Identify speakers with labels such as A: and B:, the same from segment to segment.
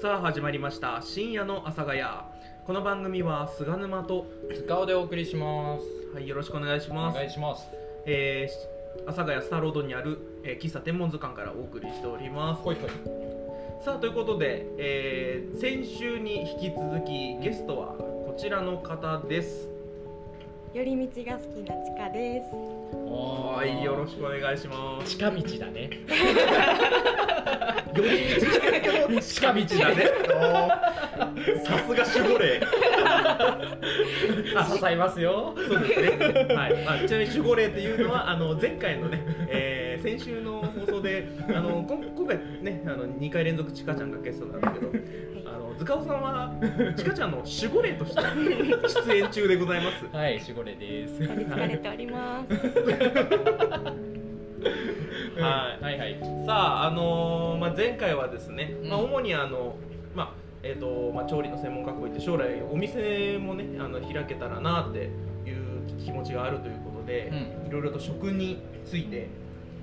A: さあ始まりました深夜の阿佐ヶ谷この番組は菅沼と
B: 塚尾でお送りします
A: はいよろしくお願いし
B: お
A: ます
B: 願いします
A: えー阿佐ヶ谷スターロードにある、えー喫茶天文図鑑からお送りしております
B: ほいほい
A: さあということで、えー先週に引き続きゲストはこちらの方です
C: 寄り道が好きなちかです。
B: お
A: はいよろしくお願いし ます
B: 近道だね
A: より近道だねさすが守護霊あ
B: 支えますよ
A: そうですね。はい。あちなみに守護霊っていうのはあの前回のね、えー先週の放送で、あのこん今回ねあの2回連続ちかちゃんがゲストなんだけど、あの塚尾さんはちかちゃんの守護霊として出演中でございます。
B: はい守護霊ですは
C: 疲れております。
B: いはいはい
A: さああのーまあ前回はですね、まあ
B: うん
A: 主にあのまあえっ、とまあ調理の専門学校行って将来お店もねあの開けたらなっていう気持ちがあるということで。
B: うん
A: いろいろと食について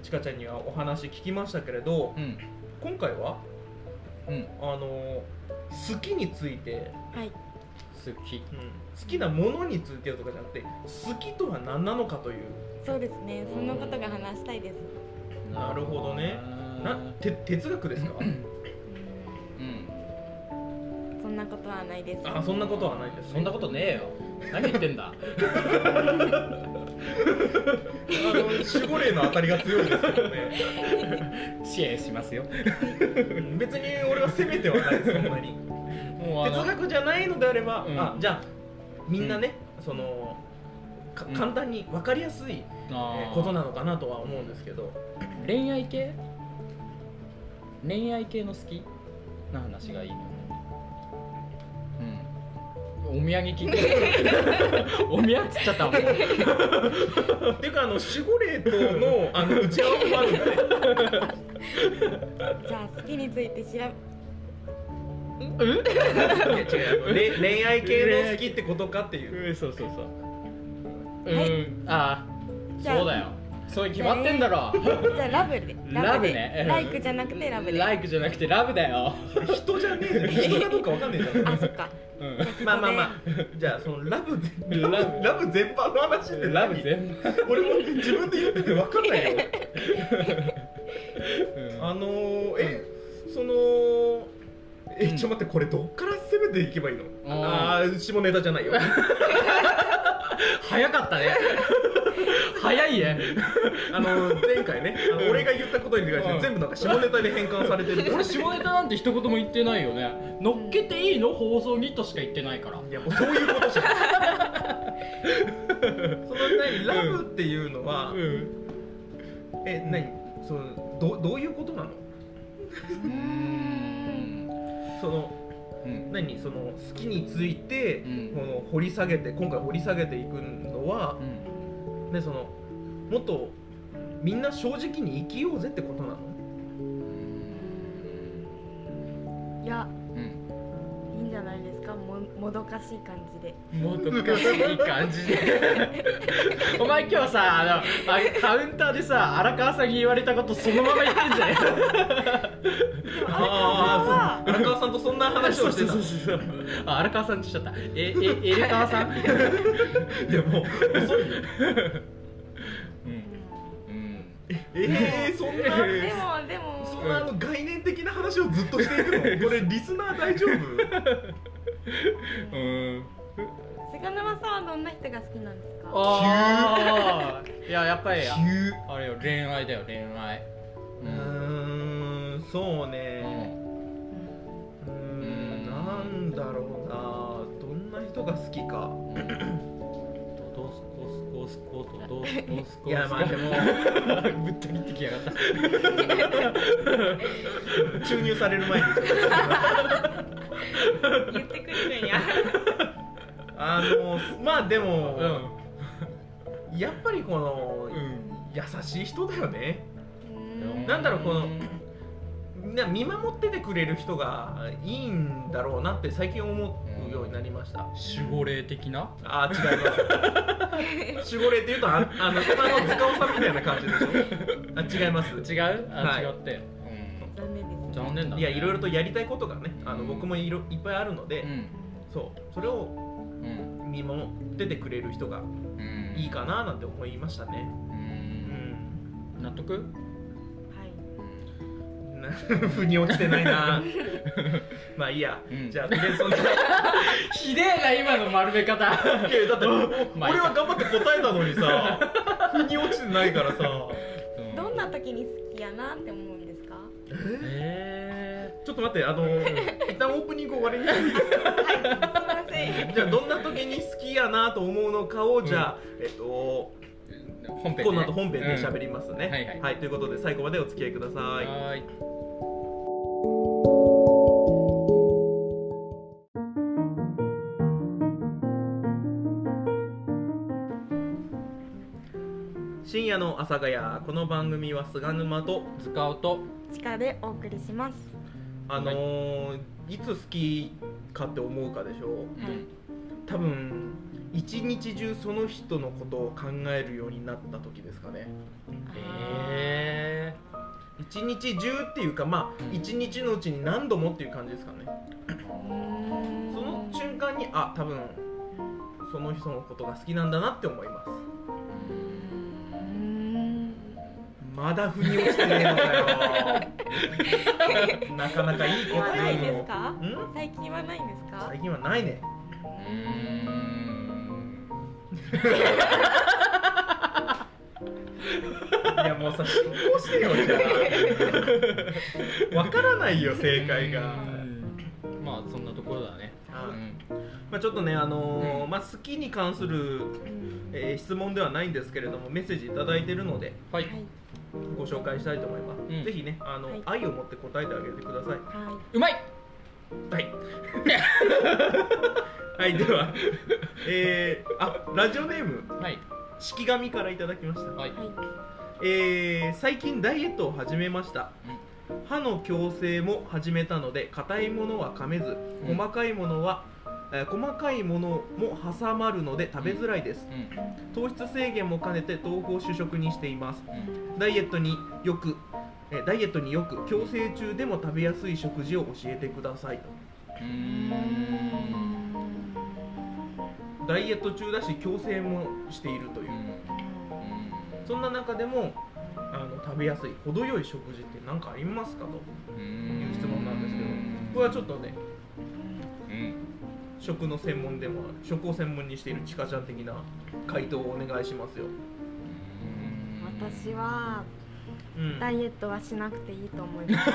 A: ちかちゃんにはお話聞きましたけれど
B: うん
A: 今回は
B: うん
A: あの好きについて、
C: はい。
B: 好き
A: 好きなものについてとかじゃなくて好きとは何なのかという
C: そうですね。そんなことが話したいです。
A: なるほどねなて哲学ですか
B: うん
C: そんなことはないです。
A: あそんなことはないです、ね、
B: そんなことねえよ何言ってん だ
A: あの守護霊の当たりが強いですけどね
B: 支援しますよ
A: うん別に俺は責めてはないですそんな に
B: もうあ
A: 哲
B: の
A: 学じゃないのであれば、
B: うん
A: あじゃあみんなね、そのか
B: うん
A: 簡単に分かりやすいえー
B: あー
A: ことなのかなとは思うんです けど
B: 恋愛系恋愛系の好きな話がいいのうんお土産聞いてる お土産っつっちゃったもん
A: っていうかあの守護霊と のあの打ち合わせもあるんで
C: じゃあ好きについて調べ。
A: れ恋愛系の好きってことかっていう
B: うんそうそうそうう
C: はい
B: んああ
C: じゃあ
B: そうだよそれ決まってんだろ
C: じゃあラブで。
B: ラブ
C: で
B: ね
C: ライクじゃなくてラブで。
B: ライクじゃなくてラブだよ
A: 人じゃねえじゃん人かどうかわかんねえじゃ
C: あ、そっか。
B: うん
A: んまあまあまあじゃあそのラブ全
B: ラ
A: ラブ
B: ブ
A: ラブ全般の話って何
B: ラブ全部
A: 俺も自分で言っててわかんないよあのー、えそのえ
B: うん
A: ちょっと待ってこれどっから攻めていけばいいのあ
B: あ
A: あー下ネタじゃ ないよ
B: 早かったね早いね
A: あのー前回ねあの
B: うん
A: 俺が言ったことに関し
B: う
A: て
B: ん
A: 全部なんか下ネタで変換されてる
B: 俺下ネタなんて一言も言ってないよね乗っけていいの放送にとしか言ってない から
A: いやもうそういうことじゃん その何ラブっていうのは、
B: ん
A: え何そのどどういうことなの
B: うん
A: その
B: うん
A: 何その好きについて、
B: うん
A: この掘り下げて今回掘り下げていくのは、ねそのもっとみんな正直に生きようぜってことなの
C: いや、
B: うん
C: いいんじゃないですか。ももどかしい感じで。
B: もどかしい感じでお前今日さあのあカウンターでさ荒川さんに言われたことそのまま言ってんじゃね
C: でも荒川さんは。
A: 荒川さんとそんな
B: え
A: 話をしてた
B: そうそうそうあ荒川さんって言っちゃったええエレ川さんうん
A: いやもう遅いよ
B: うん
A: ええー、そんな
C: でもでも。
A: そんなあの概念的な話をずっとしていく のこれリスナー大丈夫
B: うん
C: 菅沼さんはどんな人が好きなんですか。
B: ああいややっぱり
A: 急
B: あれよ恋愛だよ恋愛
A: うーんそうねうーん
B: ん
A: なんだろうなどんな人が好きか
B: どうすこうすこうすこうとどうすこうすこうすこ
A: いやまあでも
B: ぶった切ってきやがった
A: 注入される前に
C: 言ってくれるんや。
A: あのまあでも、
B: う
A: やっぱりこの、
B: ん
A: 優しい人だよね
C: うん
A: なんだろうこのな見守っててくれる人がいいんだろうなって最近思うようになりました、
B: 守護霊的な
A: ああ違い ます守護霊っていうとああの今の塚尾さんみたいな感じでしょあ違います
B: 違うあ、
A: はい
B: 違って
C: 残念ですね。
B: 残残念だ、ね、
A: いやいろいろとやりたいことがねあの僕もいろいっぱいあるので、
B: うん
A: そうそれを
B: うん
A: 見守っててくれる人が
B: うん
A: いいかななんて思いましたね。う
B: う
A: んん、
B: 納得
C: はい
A: な 腑に落ちてない な。まあいいや、
B: うん
A: じゃあとりあえずそんな。
B: ひでえな今の丸め方
A: いやだって
B: まあいい
A: 俺
B: か
A: は頑張って答えたのにさ、腑に落ちてないからさ。
C: どんな時に好きやなって思うんですか
B: え
A: ちょっと待ってあの一旦オープニング終わりにしていいですか。
C: すいません
A: じゃあどんな時に好きやなと思うのかをじゃあ、えっと
B: ー本編でね
A: この後本編で喋りますね、
B: うんはいはい
A: ということで最後までお付き合いくだ
B: うん
A: さい。
B: はーい
A: 深夜の阿佐ヶ谷この番組は菅沼と
B: 塚尾と
C: 地下でお送りします
A: あのーい、つ好きかって思うかでしょう
C: はい
A: 多分一日中その人のことを考えるようになった時ですかね
B: え
A: 一日中っていうかまあ一日のうちに何度もっていう感じですかねその瞬間にあ多分その人のことが好きなんだなって思いますまだ腑に落ちてねえのか よなかなかいい
C: 言
A: 答
C: わない
A: え
C: で
A: 言う
C: す
A: の
C: か
A: ん
C: 最近はないんですか
A: 最近はないねいやもうさ進行してよじゃあわからないよ正解が
B: まあそんなところだね
A: あまあちょっとねあのー
B: うん
A: まあ好きに関する、
C: うん
A: えー質問ではないんですけれどもメッセージ頂いただいてるので
B: はい
C: は
A: ご紹介したいと思います、
B: うん
A: ぜひねあの、
C: はい
A: 愛を持って答えてあげてください
C: はいう
B: まい
A: はい はいではえー、あラジオネーム
B: はい
A: 式神からいただきました
B: はい
C: はい
A: えー最近ダイエットを始めました、歯の矯正も始めたので硬いものは噛めず
B: うん
A: 細かいものは、えー細かいものも挟まるので食べづらいです
B: うん
A: 糖質制限も兼ねて豆腐を主食にしています
B: うん
A: ダイエットによくえーダイエットによく矯正中でも食べやすい食事を教えてください
B: うん
A: ダイエット中だし矯正もしているというそんな中でもあの食べやすい程よい食事って何かありますかという質問なんですけど僕はちょっとね
B: うん
A: 食の専門でもある食を専門にしているちかちゃん的な回答をお願いしますよ、
C: 私は
A: うん、
C: ダイエットはしなくていいと思い ます。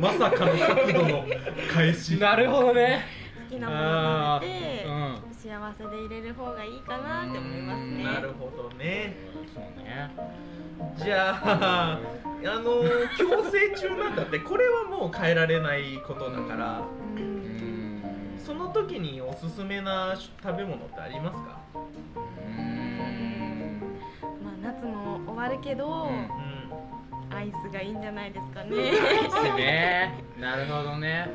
A: まさかの角度の返し
B: なるほどね
C: 好きなものを食べ
B: う
C: て、
B: ん
C: 幸せでいれる方がいいかなって思いますね。
A: なるほどね
B: そうね
A: じゃああのー矯正中なんだってこれはもう変えられないことだから
C: うん
A: その時におすすめな食べ物ってありますか
C: まあ夏も終わるけど、
B: うん
A: う
C: アイスがいいんじゃないですかね。
B: ですねなるほどね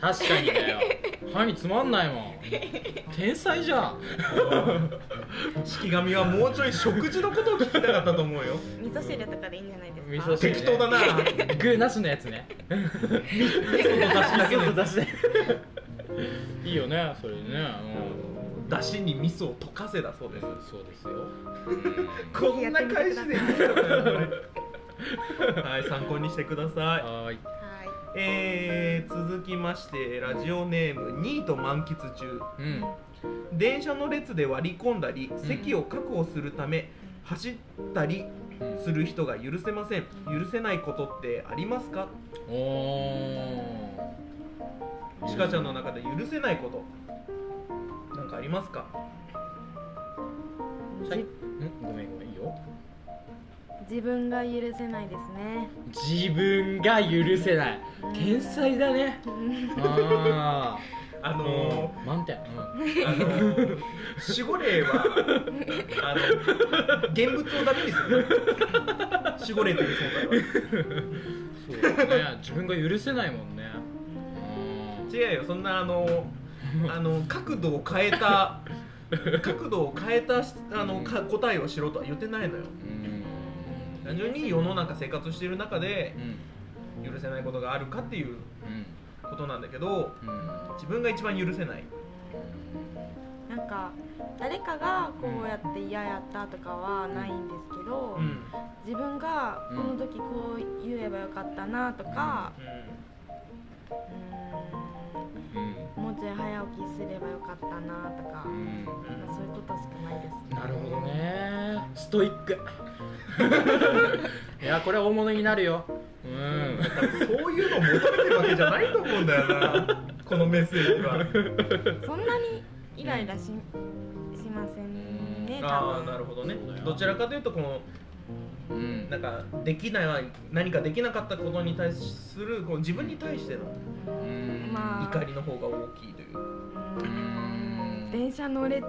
B: 確かにだよ歯につまんないもん天才じゃん
A: ん式神はもうちょい食事のことを聞きたかったと思うよ
C: 味噌汁とかでいいんじゃないですか。
B: 味噌汁
A: 適当だな
B: グーなしのやつね
A: 味噌の出汁だけで
B: いいよねそれね
A: 出汁に味噌を溶かせだそう
B: う
A: で
B: ん
A: す
B: そうですよ
A: こんな返しでいいのかよこれはい参考にしてください
B: はーい
C: はい。
A: えー、続きましてラジオネームニート満喫中
B: うん
A: 電車の列で割り込んだり席を確保するため走ったりする人が許せません許せないことってありますか
B: おお
A: ちかちゃんの中で許せないことなんかありますか
B: さいんごめんごめんいいよ
C: 自分が許せないですね。
B: 自分が許せない天才だねあ
A: あ
B: あ
A: のー、
B: 満点
A: あのー、守護霊はあの現物をダメにする守護霊という存
B: そうだね自分が許せないもんねうん
A: 在は違うよそんなあのあの角度を変えた角度を変えたあのか答えをしろとは言ってないのよ
B: うん
A: 単純に世の中生活してる中で
B: うん
A: 許せないことがあるかっていう
B: うん
A: ことなんだけど
B: うんうん
A: 自分が一番許せない
C: なんか誰かがこうやって嫌やったとかはないんですけど、
A: うん
C: 自分が
B: うん
C: この時こう言えばよかったなとか、うーんもうちょい早起きすればよかったなとか、
B: うんう
A: う
B: ん
A: ん
C: まあそういうことしかないです
B: なるほどねストイッ クいやこれ大物になるようん
A: そういうのを求めてるわけじゃないと思うんだよなこのメッセージは
C: そんなにイライラししませんね
A: あ
C: 多
A: あなるほ
C: 分
A: どね
B: そうだよ
A: どちらかというとこの
B: うん
A: なんかできない何かできなかったことに対するこの自分に対しての
B: うん
C: まあ
A: 怒りの方が大きいという
C: う
B: う
C: ー
B: ん
C: ん電車の列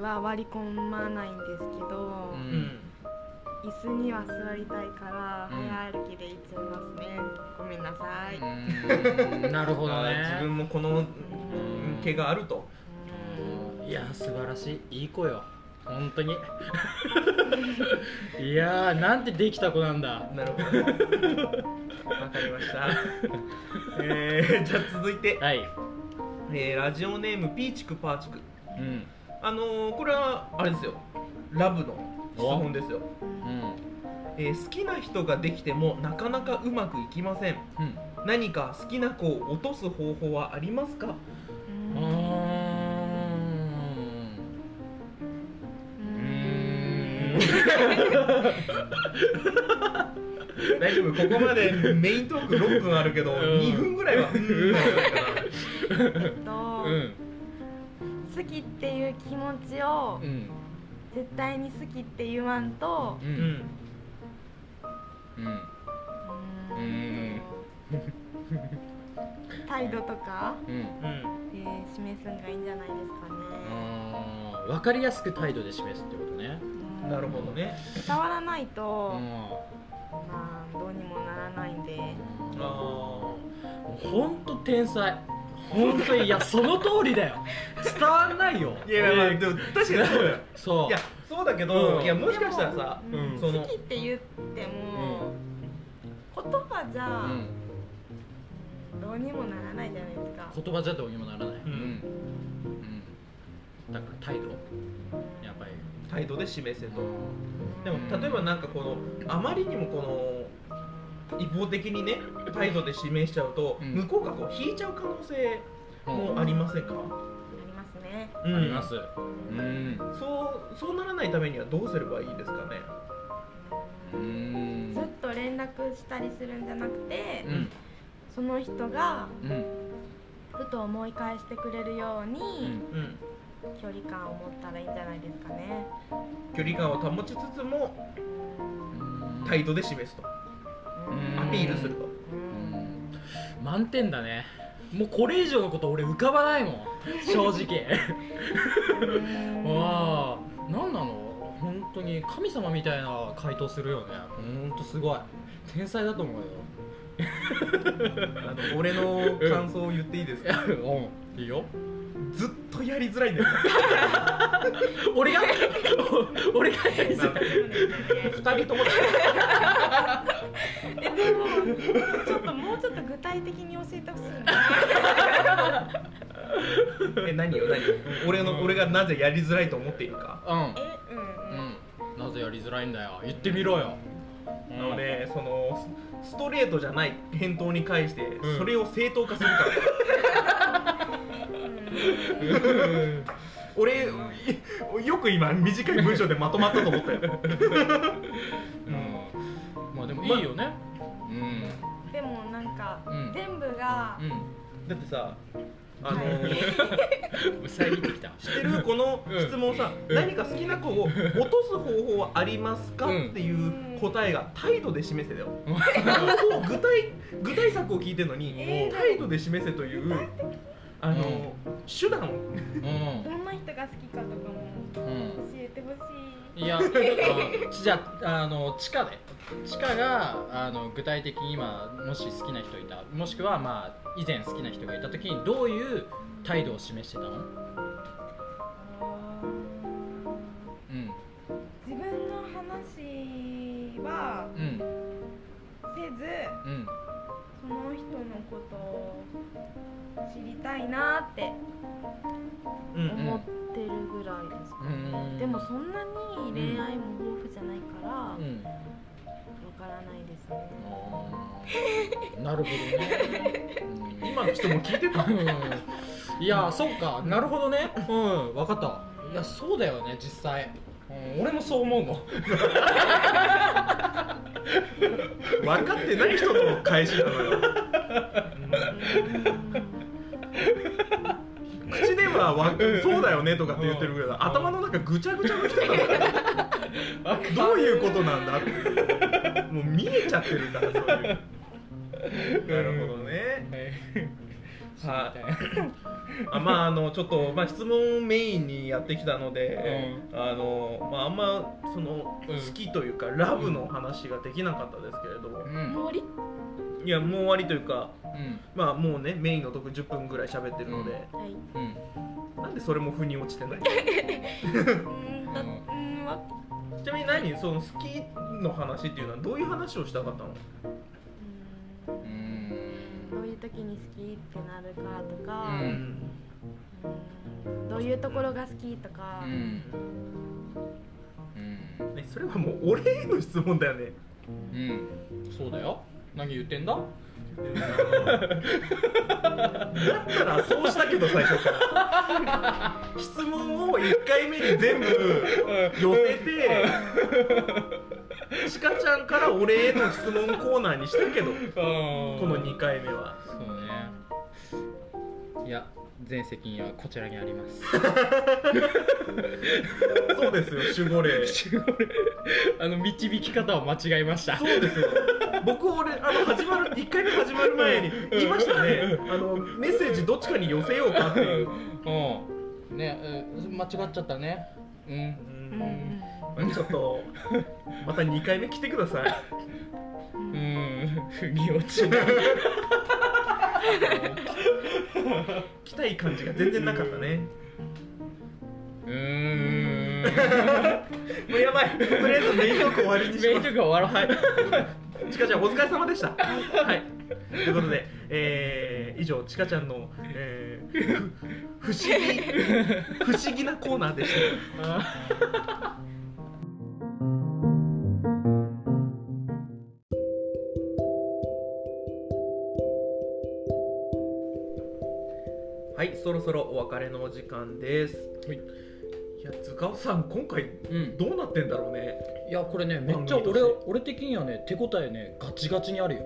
C: は割り込まないんですけど、
B: うん
A: うん
C: 椅子には座りたいから
B: うん
C: 早歩きで行っちゃいますねごめんなさい、
B: うんなるほど
A: あー
B: ね
A: 自分もこの
B: うん
A: 毛があると
B: いや素晴らしいいい子よ本当に いやーなんてできた子なんだ
A: なるほどわかりましたえー、じゃあ続いて、
B: はい
A: えーラジオネームピーチクパーチク
B: うん
A: あのーこれはあれですよラブの質問ですよ、
B: うん
A: えー好きな人ができてもなかなかうまくいきません
B: うん
A: 何か好きな子を落とす方法はありますか
B: うーんうーん
A: 大丈夫ここまでメイントーク6分あるけど、
B: うん
A: 2分ぐらいはうんうん
C: えっと、
B: うん
C: 好きっていう気持ちを
B: うん
C: 絶対に好きって言わんと
B: う
A: うんん
B: うん
C: うーんと態度とか、
B: うん
A: うん
C: えー示すんがいいんじゃないですかね
B: あー分かりやすく態度で示すってことね
C: うん
A: なるほどね
C: 伝わらないと、
B: う
C: まあどうにもならないんで
B: ん
A: あ
B: ほんと天才ほんといやその通りだよ伝わんないよ
A: あいやいや、まあ、でも確かにそうだよ
B: そう
A: いやそうだけど、
B: うん
A: いやもしかしたらさ
C: でも
B: うん
A: その
C: 好きって言っても、言葉じ
B: う
C: ゃ、
B: ん
C: どうにもならないじゃないですか
B: 言葉じゃどうにもならない
A: うん
B: うんだから態度やっぱり
A: 態度で示せとで
B: う
A: も
B: ん
A: 例えばなんかこのあまりにもこの一方的にね態度で示しちゃうと、
B: うん
A: 向こうがこう引いちゃう可能性
B: うん
A: もありませんか、
C: ありますね
A: うん
B: ありますうん
A: そうそうならないためにはどうすればいいですかね
B: うん
C: ずっと連絡したりするんじゃなくて、
B: うん
C: その人が
B: うん
C: ふと思い返してくれるよう
B: う
C: に
A: う
B: ん
A: ん
C: 距離感を持ったらいいんじゃないですかね
A: 距離感を保ちつつも態度で示すと
B: う
A: ア
B: ん
A: ピールすると、
C: うん
B: うん満点だねもうこれ以上のこと俺浮かばないもん正 直ああ何なの本当に神様みたいな回答するよね本当すごい天才だと思うよ
A: あの俺の感想を言っていいです
B: いや
A: か
B: うんいいよ
A: ずっとやりづら いんだよ
B: 俺が 俺がやりづらい
A: 2人ともだ
C: えでもちょっともうちょっと具体的に教えてほしいな
A: え何よ何よ俺の、俺がなぜやりづらいと思っているか
B: うん
C: えうんうん
B: うんなぜやりづらいんだよ言ってみろよ
A: あのねそのスストレートじゃない返答に返して、
B: うん
A: それを正当化するから
B: うん
A: 俺いよく今短い文章でまとまったと思ったよ
B: うんまあでもいいよねうん
C: でもなんか、
B: うん
C: 全部が
B: う、ん
A: だってさあの
B: うさぎてきた。
A: 知ってるこの質問さ、
B: うん
A: 何か好きな子を落とす方法はありますか、
B: うん
A: っていう答えが態度で示せだよもう具体具体策を聞いてるのに、
C: えー
A: 態度で示せというあの、手段を
B: うん。
C: どんな人が好きかとかも
B: うん。
C: 教えてほし
B: いや、じゃあ、あの、地下で。地下が、あの、具体的に今、もし好きな人いた、もしくは、まあ、以前好きな人がいた時に、どういう態度を示してたの。うん。
C: い自分の話はたいなって
A: うんうん
C: 思ってるぐらいですか、
B: うん
C: でもそんなに恋愛も豊富じゃないからわ
B: うん
C: からないですね、
B: あーなるほどね、うん
A: 今の人も聞いてた
B: うんいやそっかなるほどねうん分かったいやそうだよね実際、うん、俺もそう思 うもん
A: 分かってない人の返しなのよ口ではわそうだよねとかって言ってるぐらいだ頭の中ぐちゃぐちゃの人なのよどういうことなんだっていうもう見えちゃってるからそういうなるほどね
B: は
A: はいあまああのちょっと、まあ、質問メインにやってきたので、あのまああんまその、
B: うん
A: 好きというかラブの話ができなかったですけれども
B: う、
C: うん
B: ん
C: もうり
A: いやもう終わりというか
B: うん
A: まあもうねメインのとこ10分ぐらい喋ってるので、
C: はい
B: うん
A: なんでそれも腑に落ちてない
C: うんだうんわ
A: ちなみに何その好きの話っていうのはどういう話をしたかったの
C: う
B: うん
C: どういう時に好きってなるかとか、
B: う
A: うん
C: うんどういうところが好きとか、
B: んうん
A: ね、それはもう俺への質問だよね
B: うんそうだよ何言ってんだ
A: だったらそうしたけど最初から質問を1回目に全部寄せてちかちゃんから俺への質問コーナーにしたけどこ
B: こ
A: の2回目は
B: そうねいや全責任はこちらにあります
A: そうですよ守護霊
B: あの導き方を間違えました
A: そうですよ僕俺あの始まる1回目始まる前に言いましたねあのメッセージどっちかに寄せようかっていう
B: うんねうん間違っちゃったねうん
C: うん
A: うんちょっとまた2回目来てください
C: うん
B: うん腑に落ちない
A: 来たい感じが全然なかったね
B: うーん
A: もうやばいとりあえずメイントーク終わりにし
B: メイ
A: ま
B: ン
A: す
B: トークが終わろう
A: ちかちゃんお疲れ様でした。はい。ということで、えー以上ちかちゃんの、えーふ不思議不思議なコーナーでした。
B: あ
A: はい、そろそろお別れのお時間です。
B: はい。
A: いや塚尾さん今回
B: うん
A: どうなってんだろうね。
B: いやこれねめっちゃ俺俺的にはね手応えねガチガチにあるよ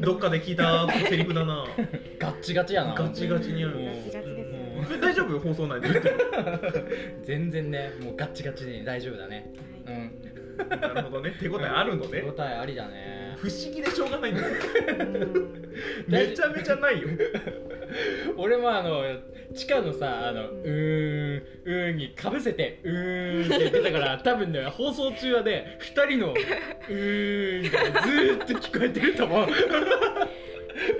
A: どっかで聞いたセリフだな。
B: ガッチガチやな
A: ガチガチにあ
B: う
A: る。
B: ん
C: ガチガチですよね
A: それ大丈夫放送内で言ってる。
B: 全然ねもうガッチガチで大丈夫だねう
C: はい
B: ん
A: なるほどね。手応えあるの
B: 手
A: ね
B: 応。えありだね
A: 不思議でしょうがないんだよ。
C: うん
A: めちゃめちゃないよ。
B: 俺もあの地下のさあのうーんうーんにかぶせてうーんって言ってた から多分ね放送中はね2人のうーんがずーっと聞こえてると思う
C: いっ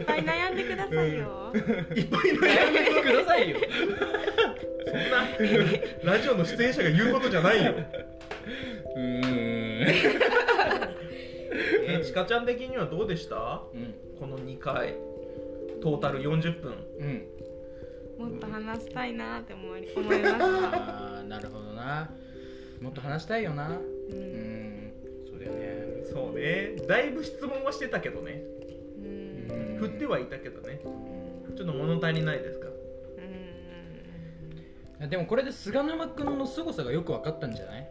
C: ぱい悩んでくださいよ、
A: いっぱいない。
B: やめてくださいよ
A: そんなラジオの出演者が言うことじゃないよ。
B: うーん、
A: えー、ちかちゃん的にはどうでした
B: うん
A: この2回トータル40分
B: うん、
C: もっと話したいなって思い思いました、
B: あーなるほどなもっと話したいよな
C: う
B: うんんそうだよね
A: そうねだいぶ質問はしてたけどね
C: うん
B: うん
A: 振ってはいたけどね
C: うん
A: ちょっと物足りないですか
C: うん
B: いやでもこれで菅沼君の凄さがよく分かったんじゃない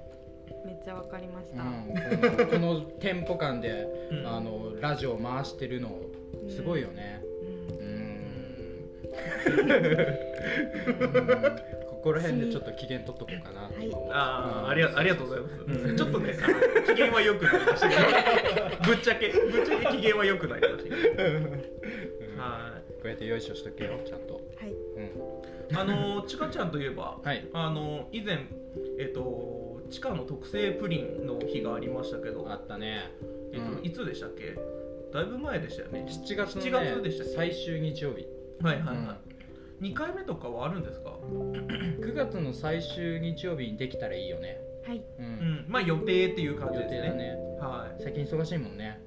C: めっちゃわかりまし
B: う
C: た、
B: ん、このこのテンポ感で、
A: うん
B: あのラジオ回してるのすごいよね
C: うん
B: うんここら辺でちょっと機嫌取っとこうかな、
C: はい
A: ああ
B: うん
A: ありがありがとうございます、
B: うん
A: ちょっとねあの 機嫌は良くなりましたけどぶっちゃけぶっちゃけ機嫌は良くなりましたけ
B: うん
A: どは
B: こうやってよいしょしとけよちゃんと、
C: はい
B: うん、
A: いあのちかちゃんといえば
B: はい
A: あの以前えっ、とちかの特製プリンの日がありましたけど
B: あったね
A: えっと
B: うん
A: いつでしたっけだいぶ前でしたよね
B: 7月の、ね、
A: 7月でした
B: 最終日曜日、
A: はいはいはい、2回目とかはあるんですか
B: 9月の最終日曜日にできたらいいよね
C: はい、
B: うん、
A: うんまあ予定っていう感
B: 予
A: じです
B: 定
A: ね
B: だね
A: は
B: 最近忙しいもんね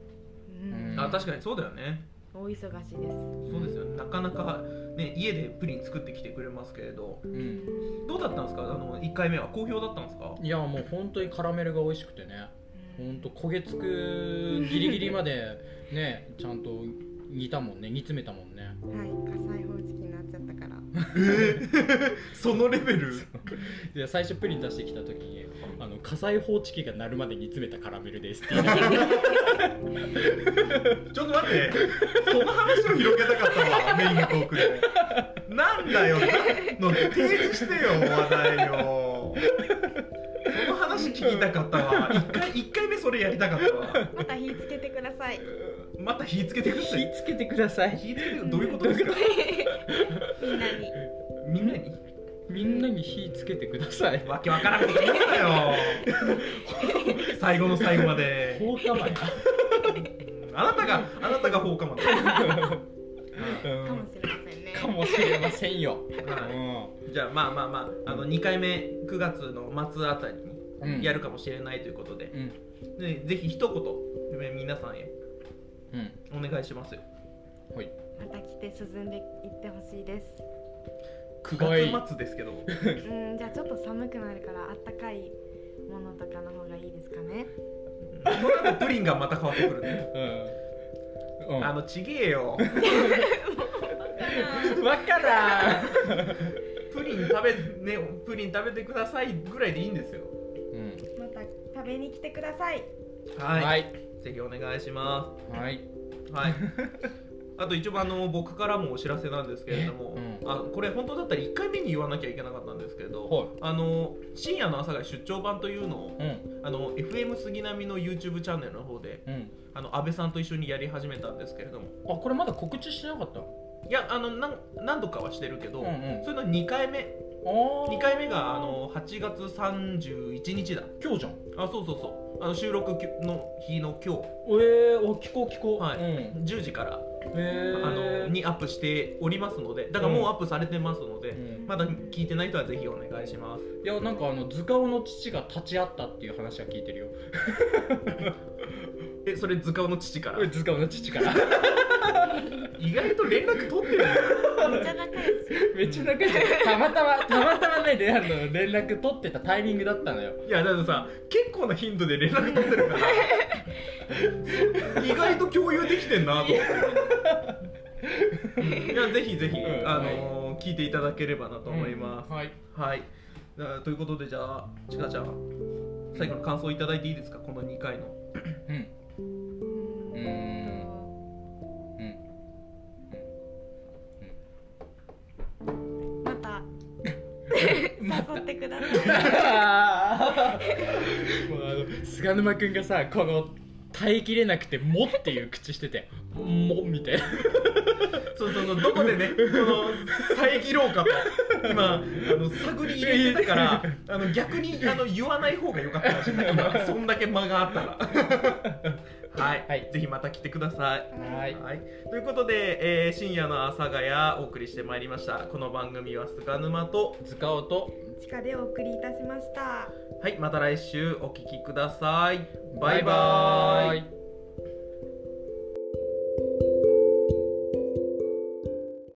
C: うん
A: いあ確かにそうだよね
C: 多忙しいです
A: そうですよねなかなか、ね、家でプリン作ってきてくれますけれど
B: うん
A: どうだったんですかあの1回目は好評だったんですか
B: いやもう本当にカラメルが美味しくてね本当焦げつくギリギリまでね ちゃんと煮たもんね煮詰めたもんね
C: はい火災報知器になっちゃったから
A: そのレベル
B: で最初プリン出してきた時に「あの火災報知器が鳴るまで煮詰めたカラメルです」って言いながら
A: ちょっと待ってその話を広げたかったわメイントークでなんだよの提示してよ話題をその話聞きたかったわ1回一回目それやりたかったわ
C: また火つけてください
A: また 火つけてください
B: 火つけてください
A: 火つけてどういうことです か
C: みんなに
A: みんなに
B: みんなに火つけてください
A: わけわからんこと言うなよ 最後の最後まで
B: 放火魔や
A: あなたがあなたが放火魔だ
C: かもしれませんね
B: かもしれませんよ、
A: は
B: う
A: いじゃあまあまあまああの2回目9月の末あたり
B: んうん、
A: にやるかもしれないということで
B: うん
A: でぜひ一言ね皆さんへ
B: うん
A: お願いしますよ
C: また来て進んでいってほしいです
A: 9月末ですけど、
C: うんじゃあちょっと寒くなるからあったかいものとかの方がいいですかね
A: この後プリンがまた変わってくるね
B: うんうん
A: あのちげえよ
B: わからん、
A: プリン食べねプリン食べてくださいぐらいでいいんですよ
B: うん、
C: また食べに来てください
A: はい、
B: はい
A: ぜひお願いしま
B: はい
A: すはい あと一応あの僕からもお知らせなんですけれども、
B: えう
A: あこれ本当だったら1回目に言わなきゃいけなかったんですけど、
B: はい
A: あの深夜の朝が出張版というのを
B: うん
A: あの FM 杉並の YouTube チャンネルの方で
B: うん
A: あの安倍さんと一緒にやり始めたんですけれども
B: あこれまだ告知してなかった
A: いやあのなん何度かはしてるけど、
B: うんうん
A: それの2回目
B: あ
A: 2回目があの8月31日だ
B: 今日じゃん
A: あそうそうそうあの収録の日の今
B: えー、お聞こう聞こう、
A: はい
B: うん、
A: 日10時から
B: え
A: あ
B: ー、
A: のにアップしておりますのでだからもうアップされてますので、
B: うん
A: まだ聞いてない人はぜひお願いします
B: いやなんかあの図鑑の父が立ち会ったっていう話は聞いてるよ
A: えそれ図鑑の父から
B: 図鑑の父から
A: 意外と連絡取って るね
C: めっちゃ仲良し
B: めっちゃ仲良いじゃんたまたまたまたまねレアの連絡取ってたタイミングだったのよ
A: いやだってさ結構な頻度で連絡取ってるから 意外と共有できてんなと思っていやぜひぜひ、
B: うん
A: あのー聞いていただければなと思います、
B: うんはい
A: はい。だからということでじゃあちかちゃん最後の感想いただいていいですかこの2回の。
B: うんう
C: うー
B: ん
C: ん
B: うん
C: また
B: ま
C: 誘ってください
B: あーもうあの菅沼君がさこの耐えきれなくて「も」っていう口してて「も」みたいな
A: そうそうそうどこでねこの遮ろうかと今あの探り入れてたからあの逆にあの言わない方が良かったかもしれない今そんだけ間があったらはい、
B: はい
A: ぜひまた来てください。
B: はい
A: はい、ということで、えー深夜の阿佐ヶ谷お送りしてまいりましたこの番組は菅沼と
B: 図鑑と
C: 地下でお送りいたしました
A: はいまた来週お聞きくださいバイバ
B: バイバ
A: イ
B: イ